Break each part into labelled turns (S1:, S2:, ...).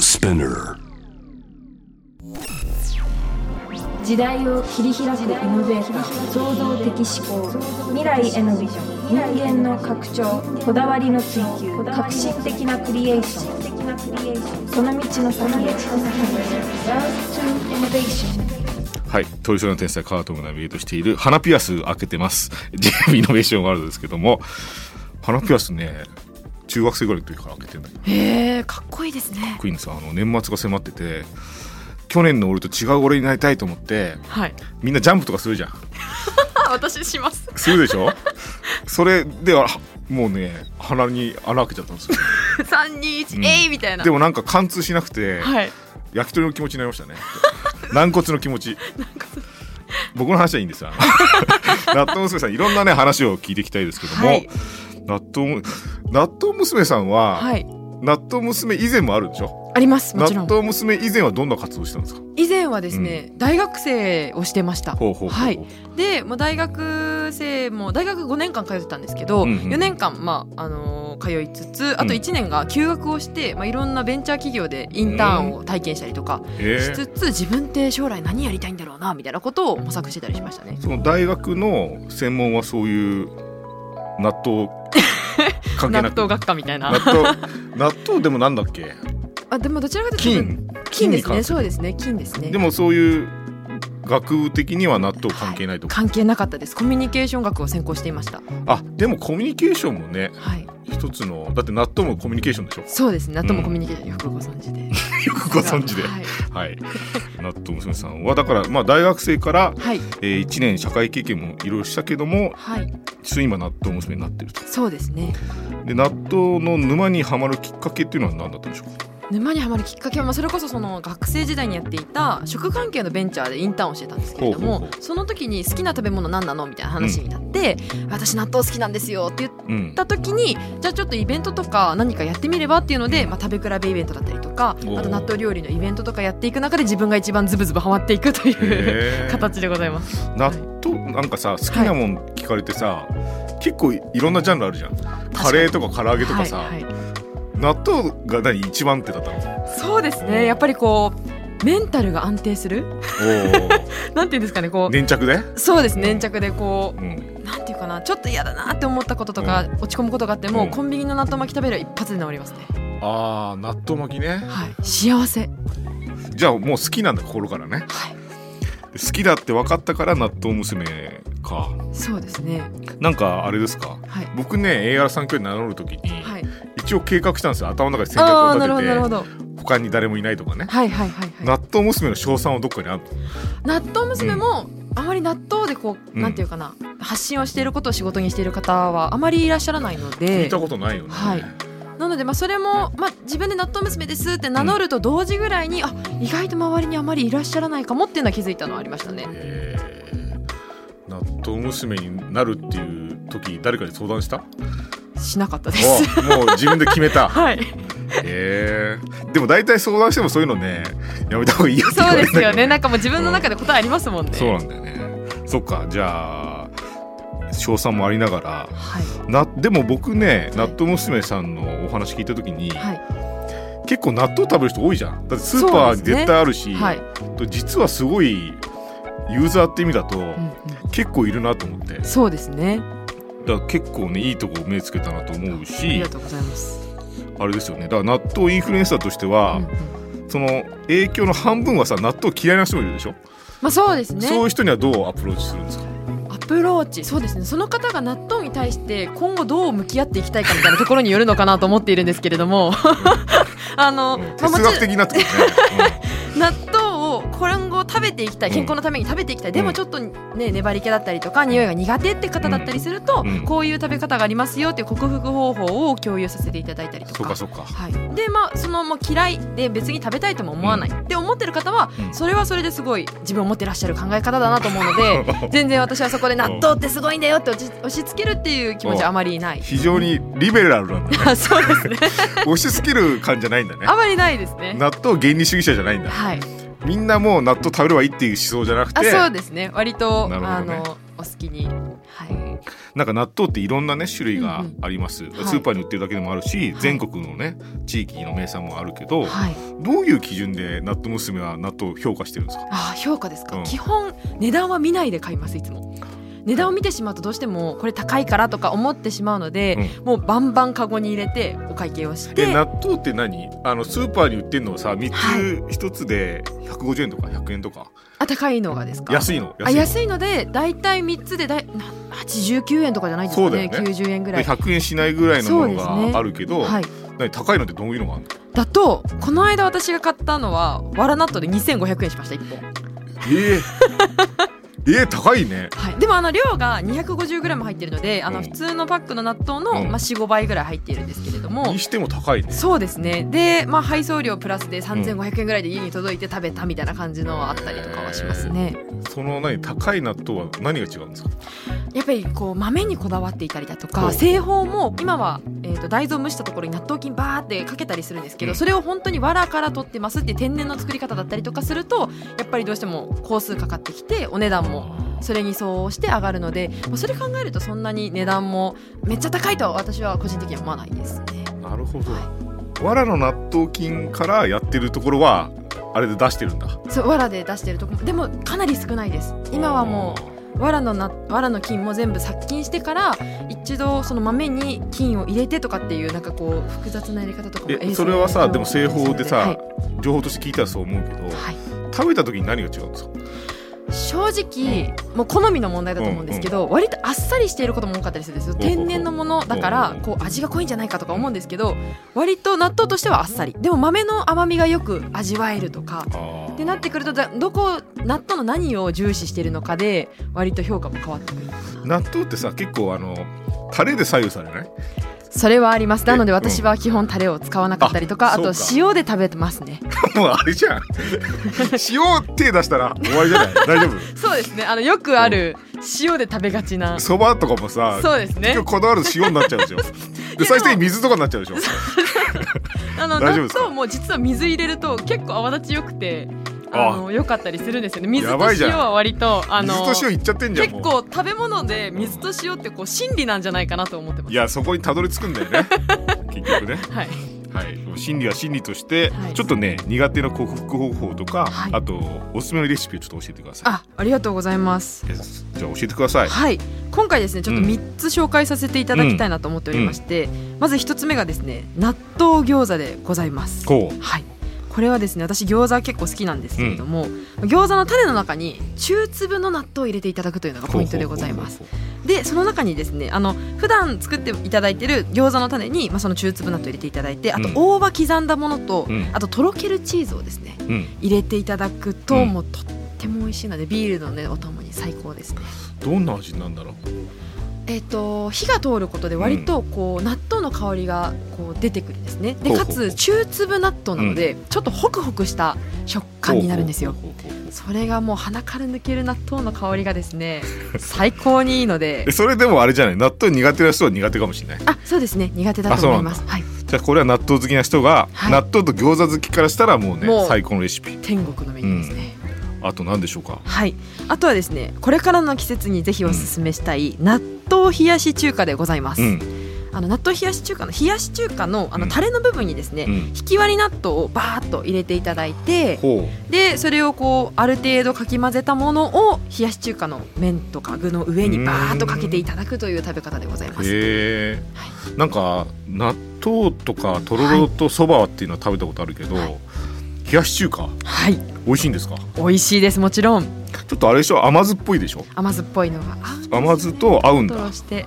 S1: Spinner
S2: 時代を切り開くイノベーター創造的思考未来へのビジョン人間の拡張こだわりの追求革新的なクリエーションその道の先へ Love to Innovation
S3: はい。トリソリの天才、カートムナビゲートしている、鼻ピアス開けてます。DM イノベーションワールドですけども、鼻ピアスね、中学生ぐらいの時から開けてるんだけど、
S4: へえかっこいいですね
S3: クイーンさん、あの、年末が迫ってて、去年の俺と違う俺になりたいと思って、
S4: はい
S3: みんなジャンプとかするじゃん。
S4: あ私します
S3: するでしょそれでは、もうね、鼻に穴開けちゃったんですよ。
S4: 321、
S3: うん
S4: えいみたいな
S3: でもなんか貫通しなくて、
S4: はい
S3: 焼き鳥の気持ちになりましたね 軟骨の気持ち僕の話はいいんですよあの 納豆娘さんいろんなね話を聞いていきたいですけども、
S4: はい
S3: 納豆む納豆娘さんは、
S4: はい
S3: 納豆娘以前もあるんでしょ
S4: ありますも
S3: 納
S4: ちろん
S3: 豆娘以前はどんな活動してたんですか
S4: 以前はですね、大学生をしてました
S3: ほうほうほうほう
S4: はいでもう大学生も大学5年間通ってたんですけど、
S3: う
S4: 四
S3: んうんうん
S4: 4年間、まああのー通いつつ
S3: う
S4: あと
S3: ん
S4: 1年が休学をして、まあ、いろんなベンチャー企業でインターンを体験したりとか
S3: へえ
S4: しつつ、自分って将来何やりたいんだろうなみたいなことを模索してたりしましたね。
S3: その大学の専門はそういう納 豆関係
S4: 納
S3: なく
S4: 豆学科みたいな
S3: 納豆納豆でもなんだっけ
S4: あでもどちらかというと
S3: 菌
S4: 金ですね
S3: 関する
S4: そうですね金ですね
S3: でもそういう学部的には納豆関係ないとか、
S4: 関係なかったですコミュニケーション学を専攻していました
S3: あでもコミュニケーションもね
S4: はい
S3: 一つのだって納豆もコミュニケーションでしょ
S4: そうですね納豆もコミュニケーションよくご存知で
S3: よくご存知で
S4: はい、
S3: はい納豆娘さんはだからまあ大学生から、
S4: はい
S3: え1年社会経験もいろいろしたけども
S4: はい、
S3: 実に今納豆娘になってると
S4: そうですね
S3: で納豆の沼にはまるきっかけっていうのは何だったんでしょうか
S4: 沼にはまるきっかけは、まあ、それこそその学生時代にやっていた食関係のベンチャーでインターンをしてたんですけれども
S3: ほうほうほ
S4: その時に好きな食べ物何なのみたいな話になって、私納豆好きなんですよって言っ
S3: うん
S4: た時にじゃあちょっとイベントとか何かやってみればっていうので、まあ、食べ比べイベントだったりとか
S3: おー
S4: あと納豆料理のイベントとかやっていく中で自分が一番ズブズブハマっていくという
S3: へー
S4: 形でございます。
S3: 納豆なんかさ好きなもん聞かれてさ、結構いろんなジャンルあるじゃんカレーとか唐揚げとかさ、
S4: はいはい
S3: 納豆が何一番手だったの
S4: そうですねやっぱりこうメンタルが安定する なんていうんですかねこう、
S3: 粘着で、
S4: そうですね粘着でこう
S3: うん、
S4: なんていうかなちょっと嫌だなって思ったこととか、落ち込むことがあっても、
S3: うん
S4: コンビニの納豆巻き食べれば一発で治りますね
S3: ああ納豆巻きね
S4: はい幸せ
S3: じゃあもう好きなんだ心からね
S4: はい
S3: 好きだって分かったから納豆娘か
S4: そうですね
S3: なんかあれですか
S4: はい
S3: 僕ね AR さん教に名乗る時に、
S4: はい
S3: 一応計画したんですよ頭の中で戦略
S4: ああーなる
S3: を
S4: ほどなるほ
S3: 立て
S4: ど
S3: て他に誰もいないとかね
S4: はいはいはいはい
S3: 納豆娘の賞賛をどっかにある
S4: 納豆娘も、あまり納豆でこう、
S3: うん
S4: なんていうかな発信をしていることを仕事にしている方はあまりいらっしゃらないの
S3: 聞い
S4: で
S3: たことないよね、
S4: はいなのでまあそれも、まあ、自分で納豆娘ですって名乗ると同時ぐらいに、あ意外と周りにあまりいらっしゃらないかもっていうのは気づいたのはありましたね
S3: えー納豆娘になるっていう時誰かに相 談した
S4: しなかったです
S3: おもう自分で決めた
S4: はい
S3: えー、でも大体相談してもそういうのねやめた方がいいよって言
S4: そ
S3: わ
S4: う
S3: れ
S4: で
S3: るん
S4: す
S3: だ
S4: よ
S3: けど
S4: ね。なんかもう自分の中で答えありますもんね。
S3: そうなんだよねそっかじゃあ賞賛もありながら
S4: はい。
S3: なでも僕ね納
S4: はい
S3: 豆娘さんのお話聞いた時に、
S4: は
S3: 結構納豆食べる人多いじゃんだってスーパーに
S4: そうですね
S3: 絶対あるし、
S4: い。はい。
S3: と実はすごいユーザーって意味だと、
S4: うんうん
S3: 結構いるなと思ってだか
S4: そうですね。
S3: ら結構ねいいとこ目つけたなと思う
S4: あり
S3: し
S4: がとうございます。
S3: あれですよねだから納豆インフルエンサーとしては、
S4: うんうん
S3: その影響の半分はさ納豆嫌いな人もいるでしょ、
S4: まあそうですね。
S3: そういう人にはどうアプローチするんですか
S4: アプローチ、そうですね。その方が納豆に対して今後どう向き合っていきたいかみたいなところによるのかなと思っているんですけれども、 あの、
S3: うん
S4: まあ
S3: 哲
S4: もち
S3: 学
S4: ろ
S3: 的になってくるね、
S4: ん納豆を今後食べていきたい、
S3: うん
S4: 健康のために食べていきたい。で
S3: うん
S4: もちょっとね粘り気だったりとか匂いが苦手って方だったりすると
S3: う、ん
S4: こういう食べ方がありますよっていう克服方法を共有させていただいたり
S3: うん
S4: と
S3: そうかそうか
S4: はい、でまあその、まあ、嫌いで別に食べたいとも思わない、って思ってる方は、
S3: うん
S4: それはそれですごい自分を持ってらっしゃる考え方だなと思うので全然私はそこで納豆ってすごいんだよって押し押し付けるっていう気持ちはあまりない。
S3: 非常にリベラルなんだ
S4: そう ですね。
S3: 押し付ける感じじゃないんだね
S4: あまりないですね。
S3: 納豆原理主義者じゃないんだ
S4: はい。
S3: みんなもう納豆食べればいいっていう思想じゃなく
S4: あ
S3: て
S4: そうですね割と、
S3: なるほ
S4: あ
S3: どね
S4: のお好きにはい
S3: なんか納豆っていろんなね種類が
S4: うんうん
S3: あります、
S4: はい
S3: スーパーに売ってるだけでもあるし、
S4: はい
S3: 全国のね地域の名産もあるけど、
S4: はい
S3: どういう基準で納豆娘は納豆を評価してるんですか
S4: あー評価ですか、
S3: うん
S4: 基本値段は見ないで買いますいつも値段を見てしまうとどうしてもこれ高いからとか思ってしまうので、もうバンバンカゴに入れてお会計をして
S3: え納豆って何あのスーパーに売ってるのさ3
S4: は
S3: つ1つで150円とか100円とか
S4: あ高いのがですか
S3: 安いの安
S4: あ
S3: いの
S4: 安いので大体3つでだいな89円とかじゃないですかね
S3: そうだよね
S4: 90円ぐら
S3: で
S4: い。
S3: 100円しないぐらいのもの
S4: そうですね
S3: があるけど、
S4: はい、
S3: 何高いのってどういうのがあるの
S4: だとこの間私が買ったのはわら納豆で2500円しました1本、
S3: えー、 えー高いね
S4: はい、でもあの量が 250g 入ってるのであ
S3: う
S4: の
S3: ん
S4: 普通のパックの納豆の、
S3: うん
S4: まあ、45倍ぐらい入っているんですけれども、
S3: にしても高いね
S4: そうですねで、まあ、配送料プラスで3500円ぐらいで家に届いて食べたみたいな感じのはあったりとかはしますね、
S3: その何高い納豆は何が違うんですか
S4: やっぱりこう豆にこだわっていたりだと
S3: ほ
S4: か
S3: う
S4: 製法も今は、えー、と大豆を蒸したところに納豆菌バーってかけたりするんですけど、
S3: うん
S4: それを本当に藁から取ってますっていう天然の作り方だったりとかするとやっぱりどうしても工数かかってきてお値段もそれに相応して上がるので、まあ、それ考えるとそんなに値段もめっちゃ高いとは私は個人的には思わないですね。
S3: なるほど
S4: は
S3: 藁の納豆菌からやってるところはあれで出してるんだ
S4: そう藁で出してるとこもでもかなり少ないです今はもう藁のな藁の菌も全部殺菌してから一度その豆に菌を入れてとかっていうなんかこう複雑なやり方とかも
S3: えそれはさでも製法でさ、
S4: はい
S3: 情報として聞いたらそう思うけど
S4: はい
S3: 食べた時に何が違うんですか
S4: 正直、もう好みの問題だと思うんですけど、割とあっさりしていることも多かったりするんですよ
S3: ほうほう
S4: 天然のものだか
S3: うん
S4: ら
S3: うん
S4: こう味が濃いんじゃないかとか思うんですけど割と納豆としてはあっさりでも豆の甘みがよく味わえるとか
S3: あ
S4: ってなってくるとだどこ納豆の何を重視しているのかで割と評価も変わってくる
S3: 納豆ってさ結構あのタレで左右されない
S4: それはありますなので
S3: え
S4: 私は基本タレを使わなかったりとか
S3: あ
S4: あと
S3: そう
S4: 塩で食べてますね
S3: もうあれじ ゃん塩手出したら終わりじゃない大丈夫
S4: そうですねあのよくある塩で食べがちな
S3: そばとかもさ
S4: そうですね
S3: 結局こだわると塩になっちゃうでしょで最終的に水とかになっちゃうでしょ
S4: あの
S3: 大丈夫
S4: 納
S3: ですか
S4: 豆も実は水入れると結構泡立ちよくてあの良かったりするんですよね水と
S3: やばいじゃん
S4: 塩は割とあの
S3: 水と塩いっちゃってんじゃん
S4: 結
S3: もう
S4: 構食べ物で水と塩ってこう真理なんじゃないかなと思ってま
S3: い
S4: す
S3: やそこにたどり着くんだよ ね結局ね
S4: はい
S3: はい心理は心理として、
S4: はい
S3: ちょっとね苦手な克服方法とか、
S4: はい
S3: あとおすすめのレシピをちょっと教えてくださ
S4: あありがとうございます
S3: いえじゃあ教えてください
S4: はい、今回ですねちょっと
S3: うん
S4: 3つ紹介させていただきたいなと思っておりまして、まず1つ目がですね納豆餃子でございます。
S3: こう
S4: はいこれはですね私餃子結構好きなんですけれども、餃子の種の中に中粒の納豆を入れていただくというのがポイントでございます
S3: ほうほうほう
S4: でその中にですねあの普段作っていただいてる餃子の種に、まあ、その中粒納豆を入れていただいてあと
S3: うん
S4: 大葉刻んだものと、
S3: うん
S4: あととろけるチーズをですね
S3: ほううん
S4: 入れていただくと、
S3: うん
S4: もうとっても美味しいのでビールのねお供に最高ですね
S3: どんな味なんだろう
S4: えっと火が通ることで割とこう納豆の香りがこう出てくるんですねで
S3: ほうほ
S4: か
S3: う
S4: つ中粒納豆なのでちょっとホクホクした食感になるんですよ
S3: ほうほうほうほう
S4: それがもう鼻から抜ける納豆の香りがですね最高にいい ので
S3: えそれでもあれじゃない納豆苦手な人は苦手かもしれない
S4: あそうですね苦手だと思いますはい
S3: じゃあこれは納豆好きな人が、
S4: はい
S3: 納豆と餃子好きからしたらもうね
S4: もう
S3: 最高のレシピ
S4: 天国のメニューですね、
S3: あと何でしょうか
S4: はいあとはですねこれからの季節にぜひおすすめしたい納豆冷やし中華でございます、
S3: うん
S4: あの納豆冷やし中華の冷やし中華のあの
S3: うん
S4: タレの部分にですね、
S3: うん
S4: ひき割り納豆をバーッと入れていただいて
S3: ほ
S4: でそれをこうある程度かき混ぜたものを冷やし中華の麺とか具の上にバーッとかけていただくという食べ方でございま
S3: うへ
S4: す。
S3: えなんか納豆とかとろろとそばっていうのは食べたことあるけど、
S4: はい
S3: 冷やし中華
S4: はい、
S3: 美味しいんですか
S4: 美味しいですもちろん
S3: ちょっとあれでしょ甘酸っぽいでしょ
S4: 甘酸っぽいのがあ
S3: 甘酢と合うん
S4: とろ
S3: だ
S4: して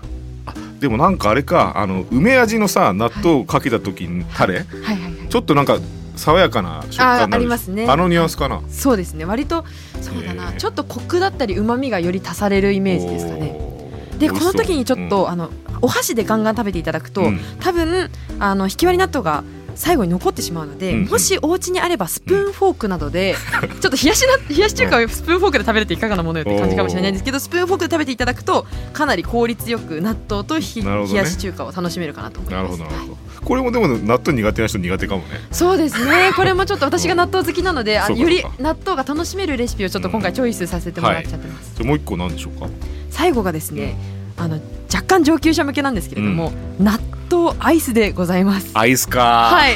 S3: でもなんかあれかあの梅味のさ納豆をかけた時にタレ、
S4: はいはいはい
S3: ちょっとなんか爽やかな食感になる
S4: あありますね
S3: あのニュアンスかな
S4: そうですね割とそうだな、
S3: へえ
S4: ちょっとコクだったり旨味がより足されるイメージですかね
S3: おー
S4: で
S3: 美
S4: こ
S3: 味しそ
S4: の
S3: う
S4: 時にちょっと、あのお箸でガンガン食べていただくと、
S3: うん
S4: 多分あのひきわり納豆が最後に残ってしまうので、
S3: うんうん
S4: もしお家にあればスプーンフォークなどで、ちょっと冷やしな 冷やし中華をスプーンフォークで食べるっていかがなものよって感じかもしれないんですけどスプーンフォークで食べていただくとかなり効率よく納豆とひ、
S3: なるほどね
S4: 冷やし中華を楽しめるかなと思い
S3: な
S4: ます
S3: るほどなるほどこれもでも納豆苦手な人苦手かもね
S4: そうですねこれもちょっと私が納豆好きなのであ
S3: そうか
S4: より
S3: そうか
S4: 納豆が楽しめるレシピをちょっと今回チョイスさせてもらっちゃってます、
S3: じゃあもう一個なんでしょうか
S4: 最後がですねあの若干上級者向けなんですけれども、納豆アイスでございます
S3: アイスか
S4: はい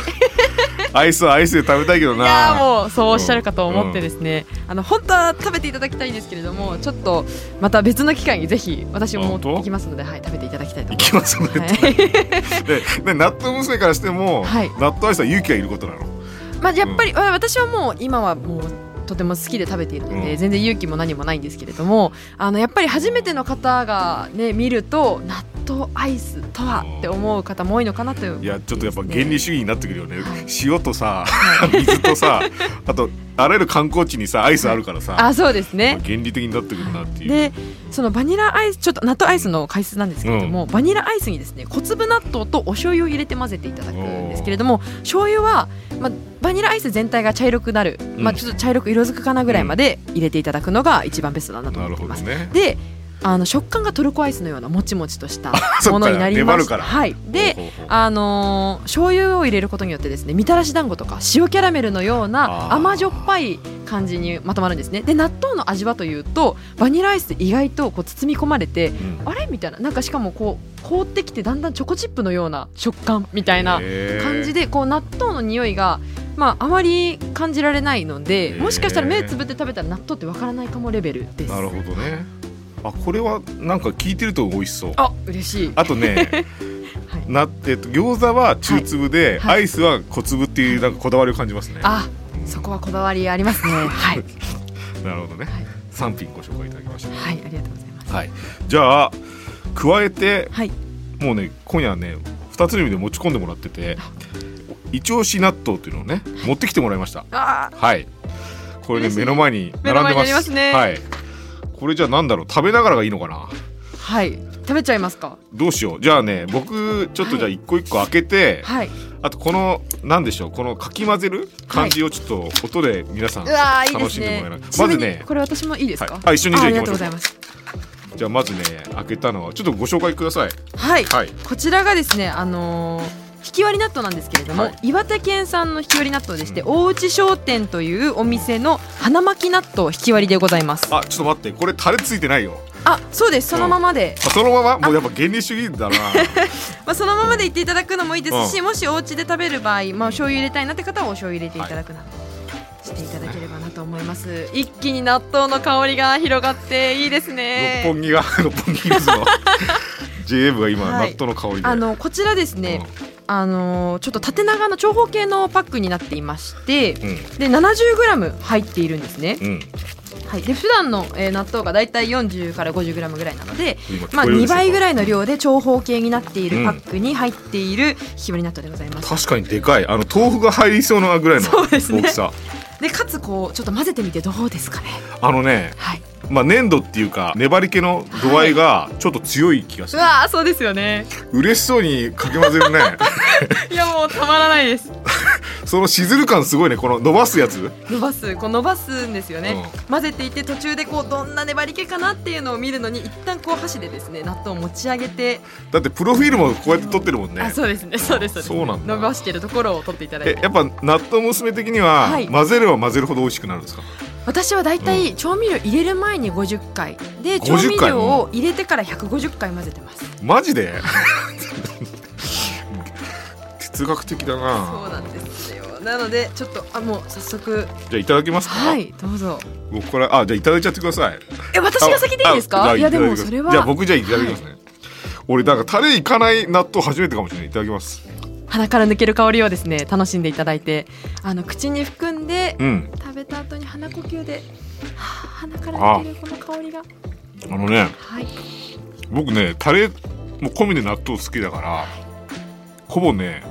S3: アイスはアイスで食べたいけど
S4: い
S3: な
S4: やーもうそうおっしゃるかと思ってですね、あの本当は食べていただきたいんですけれどもちょっとまた別の機会にぜひ私も
S3: 本当
S4: 持ってきますので、はい、食べていただきたいと思
S3: 行
S4: います
S3: きますね、
S4: はい
S3: でで納豆娘からしても、
S4: はい
S3: 納豆アイスは勇気がいることなの
S4: まあやっぱり、わ私はもう今はもうとても好きで食べているので、
S3: うん
S4: 全然勇気も何もないんですけれどもあのやっぱり初めての方がね見ると納豆アイスとはって思う方も多いのかなという
S3: いやちょっとやっぱ原理主義になってくるよね
S4: はい
S3: 塩とさ 水とさあとあらゆる観光地にさアイスあるからさ
S4: あそうですね
S3: 原理的になってくるなっていう、
S4: でそのバニラアイスちょっと納豆アイスの解説なんですけれども、バニラアイスにですね小粒納豆とお醤油を入れて混ぜていただくんですけれども醤油は、まあ、バニラアイス全体が茶色くなる、まあ、
S3: うん
S4: ちょっと茶色く色づくかなぐらいまで入れていただくのが一番ベストだなと
S3: な
S4: 思
S3: る
S4: っ
S3: ほ
S4: てい
S3: ど
S4: ます。
S3: ね
S4: であの食感がトルコアイスのようなもちもちとした
S3: そっか
S4: ものになり
S3: 粘
S4: ま
S3: る
S4: し
S3: か
S4: た
S3: ら
S4: はい、
S3: ほ
S4: で
S3: うほうほう
S4: あのー醤油を入れることによってですねみたらし団子とか塩キャラメルのよう
S3: あー
S4: な甘じょっぱい感じにまとまるんですねで納豆の味はというとバニラアイスって意外とこう包み込まれて
S3: うん
S4: あれみたいななんかしかもこう凍ってきてだんだんチョコチップのような食感みたいな
S3: へー
S4: 感じでこう納豆の匂いが、まあ、あまり感じられないのでもしかしたら目つぶって食べたら納豆ってわからないかもレベルです
S3: なるほどねあこれはなんか聞いてると美味しそうあ
S4: あ嬉しい
S3: と ね
S4: はい
S3: な、えっと、餃子は中粒で、
S4: はいはい
S3: アイスは小粒っていうなんかこだわりを感じますね
S4: あそこはこだわりありま すねはい
S3: なるほどね、
S4: はい
S3: 三品ご紹介いただきまし
S4: はいありがとうございます
S3: たはいじゃあ加えて
S4: はい
S3: もうね今夜ね2つの意味で持ち込んでもらってて一押し納豆っていうのをね持ってきてもらいました
S4: あ
S3: はいこれね
S4: 嬉しい
S3: 目の前に並んで
S4: 目の前に
S3: ま
S4: あ
S3: す
S4: りますね
S3: はいこれじゃあなんだろう食べながらがいいのかな
S4: ーはい食べちゃいますか
S3: どうしようじゃあね僕ちょっとじゃあ一個一個開けて、
S4: はい
S3: あとこの何でしょうこのかき混ぜる感じをちょっと音で皆さん
S4: うわーいい
S3: 楽
S4: です
S3: しんで
S4: ね
S3: もらえない、
S4: ち
S3: ま
S4: なみ
S3: ず
S4: に
S3: ね
S4: これ私もいいですか
S3: はいあ一緒にじゃあ
S4: ありがとう
S3: 行
S4: ご
S3: きましょう
S4: ざいます
S3: じゃあまずね開けたのはちょっとご紹介ください
S4: はい
S3: はい
S4: こちらがですねあのーひき割り納豆なんですけれども、
S3: はい
S4: 岩手県産のひき割り納豆でして、
S3: う
S4: 大内商店というお店の花巻納豆ひき割りでございますあ
S3: あちょっと待ってこれタレついてないよ
S4: そうですそのままで、
S3: あそのままもうやっぱ原理主義だな
S4: まあ、そのままでいっていただくのもいいですし、もしお家で食べる場合、まあ、醤油入れたいなって方はお醤油入れていただくなど、していただければなと思います一気に納豆の香りが広がっていいです
S3: 六
S4: ね
S3: 本木が 六本木ヒルズ の JM が今
S4: はい
S3: 納豆の香りで、
S4: あのこちらですね、あのちょっと縦長の長方形のパックになっていまして
S3: うん
S4: で 70g 入っているんですね、
S3: うん
S4: はい、で普段の、えー納豆がだいたい40から 50g ぐらいなの
S3: 今聞
S4: で、
S3: こえるでしょうか
S4: まあ、2倍ぐらいの量で長方形になっているパックに入っているひきわり納豆でございます
S3: 確かにでかいあの豆腐が入りそうなぐらいの
S4: そうですね
S3: 大きさ、
S4: でかつこうちょっと混ぜてみてどうですかね。
S3: あのね
S4: はい。
S3: まあ粘土っていうか粘り気の度合いがちょっと強い気がす
S4: う
S3: る、
S4: わーそうですよね。
S3: 嬉しそうにかき混ぜるね
S4: いやもうたまらないです。
S3: そのしずる感すごいねこの伸ばすやつ
S4: 伸ばすこう伸ばすんですよね。混ぜていって途中でこうどんな粘り気かなっていうのを見るのに一旦こう箸でですね納豆を持ち上げて、
S3: だってプロフィールもこうやって撮ってるもんね
S4: あそうですねそうですそうです。
S3: そうなんだ
S4: 伸ばしてるところを取っていただい
S3: え
S4: て。
S3: やっぱ納豆娘的には、
S4: はい
S3: 混ぜれば混ぜるほど美味しくなるんですか
S4: 私はだいたい調味料入れる前に50回で調
S3: 50
S4: 味
S3: 回
S4: 料を入れてから150回混ぜてます。
S3: マジ で哲学的だ
S4: そう
S3: な
S4: なんですよ。なのでちょっとあもう早速
S3: じゃあいただきますか、
S4: はいどうぞ。
S3: 僕からあじゃあいただいちゃってください
S4: え私が先でいいです
S3: ああ
S4: か？い
S3: じゃあ
S4: やで
S3: ただ
S4: も
S3: きます
S4: それは
S3: じゃあ僕じゃあいただきますね、俺なんかタレいかない納豆初めてかもしれないいただきます
S4: 鼻から抜ける香りをですね楽しんでいただいてあの口に含んで
S3: うん
S4: 食べた後に鼻呼吸ではあ鼻から抜けるこの香りが
S3: あのね
S4: はい
S3: 僕ねタレも込みで納豆好きだからほぼね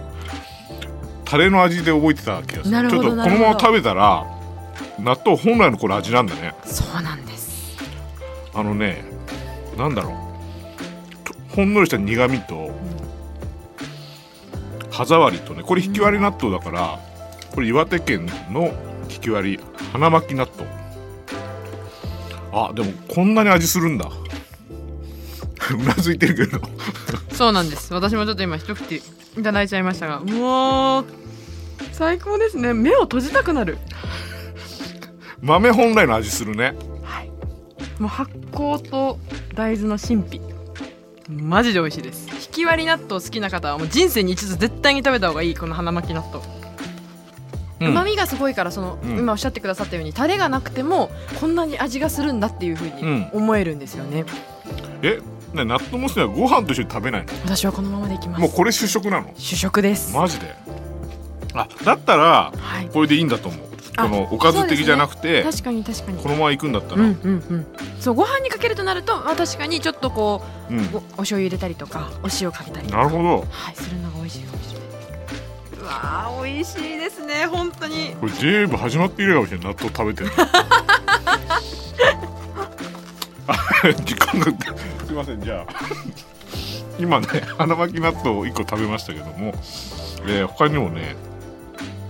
S3: タレの味で覚えてた気がする
S4: なるほど
S3: ちょっと
S4: な
S3: こ
S4: る
S3: の
S4: ほど
S3: まま食べたら納豆本来のこれ味なんだね
S4: そうなんです
S3: あのねなんだろうとほんのりした苦味と、歯触りとねこれひき割り納豆だからこれ岩手県のひき割り花巻納豆あでもこんなに味するんだ うなずいてるけど
S4: そうなんです私もちょっと今一口いただいちゃいましたがうわー最高ですね目を閉じたくなる
S3: 豆本来の味するね
S4: もう発酵と大豆の神秘マジで美味しいですひき割り納豆好きな方はもう人生に一度絶対に食べた方がいいこの花巻納豆
S3: うん
S4: うま、みがすごいからその、
S3: うん
S4: 今おっしゃってくださったようにタレがなくてもこんなに味がするんだっていうふうに思えるんですよね、
S3: えね納豆もすはご飯と一緒に食べない
S4: 私はこのままでいきま
S3: のも
S4: す
S3: うこれ主食なの
S4: 主食です、
S3: マジであだったら
S4: はい
S3: これでいいんだと思う
S4: あ
S3: このおかず的じゃなくて、
S4: 確かに確かに
S3: このまま行くんだった
S4: うん
S3: ら、
S4: う
S3: うんん
S4: うんそうご飯にかけるとなるとまあ確かにちょっとこうごお醤油入れたりとかお塩かけたりとか
S3: なるほど
S4: はいするのが美味しいかもしれないうわー美味しいですね本当に
S3: これ全部始まっているかもしれない納豆食べてるあ 時間がすいませんじゃあ今ね花巻納豆を1個食べましたけども、えー他にもね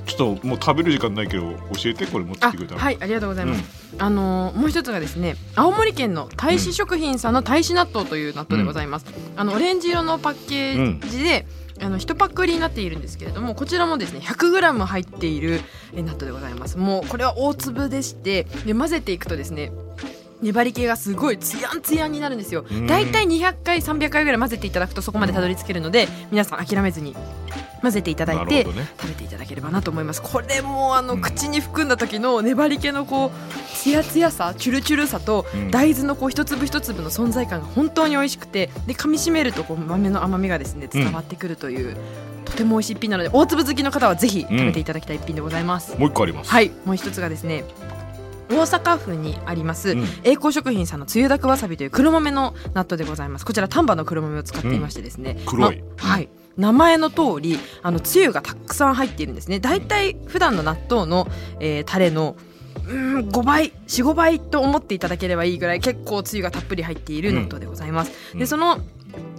S3: ちょっともう食べる時間ないけど教えてこれ持って
S4: あ
S3: きてくれたら
S4: はいありがとうございます、
S3: うん
S4: あのーもう一つがですね青森県の大使食品さんの大使納豆という納豆でございます、あのオレンジ色のパッケージで、あの一パック入りになっているんですけれどもこちらもですね 100g 入っているえ納豆でございますもうこれは大粒でしてで混ぜていくとですね粘り気がすごいツヤンツヤンになるんですよ
S3: うん
S4: だいたい200回300回ぐらい混ぜていただくとそこまでたどり着けるので皆さん諦めずに混ぜていただい
S3: な
S4: て
S3: るほどね
S4: 食べていただければなと思いますこれもあの、
S3: うん
S4: 口に含んだ時の粘り気のこうツヤツヤさチュルチュルさと、
S3: うん
S4: 大豆のこう一粒一粒の存在感が本当に美味しくてで噛み締めるとこう豆の甘みがですね伝わってくるという、とても美味しい一品なので大粒好きの方はぜひ食べていただきたい一品でございます、
S3: もう1個あります、
S4: はいもう一つがですね大阪府にあります、
S3: うん
S4: 栄光食品さんのつゆだくわさびという黒豆の納豆でございますこちら丹波の黒豆を使っていましてですね、
S3: ん黒い
S4: まはい名前の通りあのつゆがたくさん入っているんですねだいたい普段の納豆の、えー、タレのうーん5倍45倍と思っていただければいいぐらい結構つゆがたっぷり入っている納豆でございます、
S3: うん
S4: でその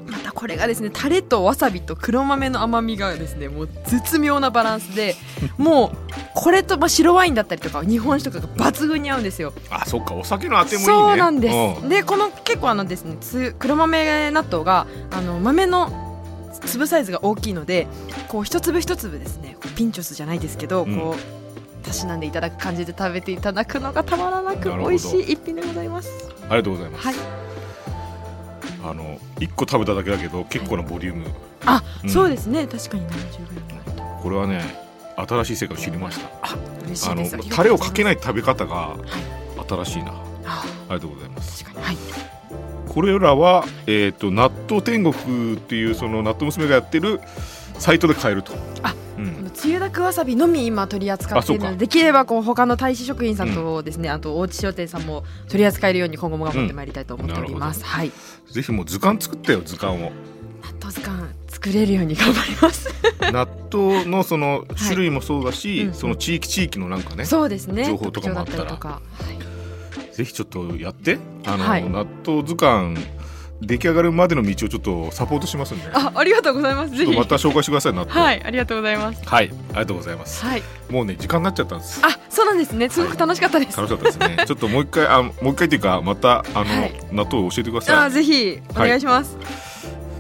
S4: またこれがですねタレとわさびと黒豆の甘みがですねもう絶妙なバランスでもうこれと、まあ、白ワインだったりとか日本酒とかが抜群に合うんですよ
S3: あそっかお酒のあてもいいね
S4: そうなんです、
S3: うん
S4: でこの結構あのですねつ黒豆納豆があの豆の粒サイズが大きいのでこう一粒一粒ですねこうピンチョスじゃないですけど、
S3: うん
S4: こうたしなんでいただく感じで食べていただくのがたまらなく
S3: なるほど
S4: 美味しい一品でございます
S3: ありがとうございます
S4: はい
S3: あの1個食べただけだけど結構なボリューム
S4: あ、
S3: うん
S4: そうですね確かに 70g
S3: これはね新しい世界を知りました
S4: あ嬉し
S3: あ
S4: い
S3: の
S4: です
S3: タレをかけ
S4: ない
S3: ない食べ方が新しいなあり
S4: あ
S3: がとうございます
S4: 確かにはい
S3: これらは、えー、と納豆天国っていうその納豆娘がやってるサイトで買えると
S4: あ、
S3: うん、
S4: つゆだくわさびのみ今取り扱っている
S3: あ
S4: の
S3: そう
S4: で
S3: か
S4: できればこう他の大使食品さんとですね、あとおうち商店さんも取り扱えるように今後も頑張ってまいりたいと思っております、
S3: う
S4: はい
S3: ぜひもう図鑑作ったよ図鑑 を
S4: 納豆図鑑作れるように頑張ります、
S3: 納豆のその種類もそうだし、
S4: うんうん
S3: その地域地域のなんかね
S4: そうですね
S3: 情報とかもあったら
S4: 特徴だりとか
S3: ぜひちょっとやってあの、
S4: はい
S3: 納豆図鑑出来上がるまでの道をちょっとサポートしますんで
S4: あありがとうございま
S3: ち
S4: す
S3: ょ
S4: ぜ
S3: っと
S4: ひ
S3: また紹介してください納豆
S4: はいありがとうございます
S3: はい、ありがとうございます
S4: はい
S3: もうね時間になっちゃったんです
S4: あそうなんですねすごく楽しかったです、
S3: 楽しかったです ねちょっともう一回あもう一回というかまたあの、
S4: はい
S3: 納豆を教えてくださ
S4: あ
S3: い
S4: ぜひお願いします、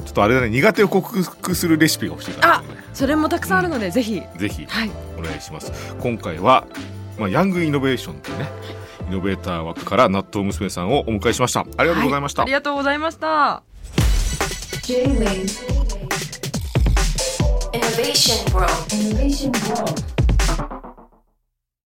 S3: ちょっとあれだね苦手を克服するレシピが欲しいから、ね、
S4: それもたくさんあるので、ぜひ
S3: ぜひ
S4: はい
S3: お願いします今回は、まあ、ヤングイノベーションというねイノベーター枠から納豆娘さんをお迎えしましたありがとうございました、
S4: はありがとうございました
S2: J-Wave Innovation World Innovation World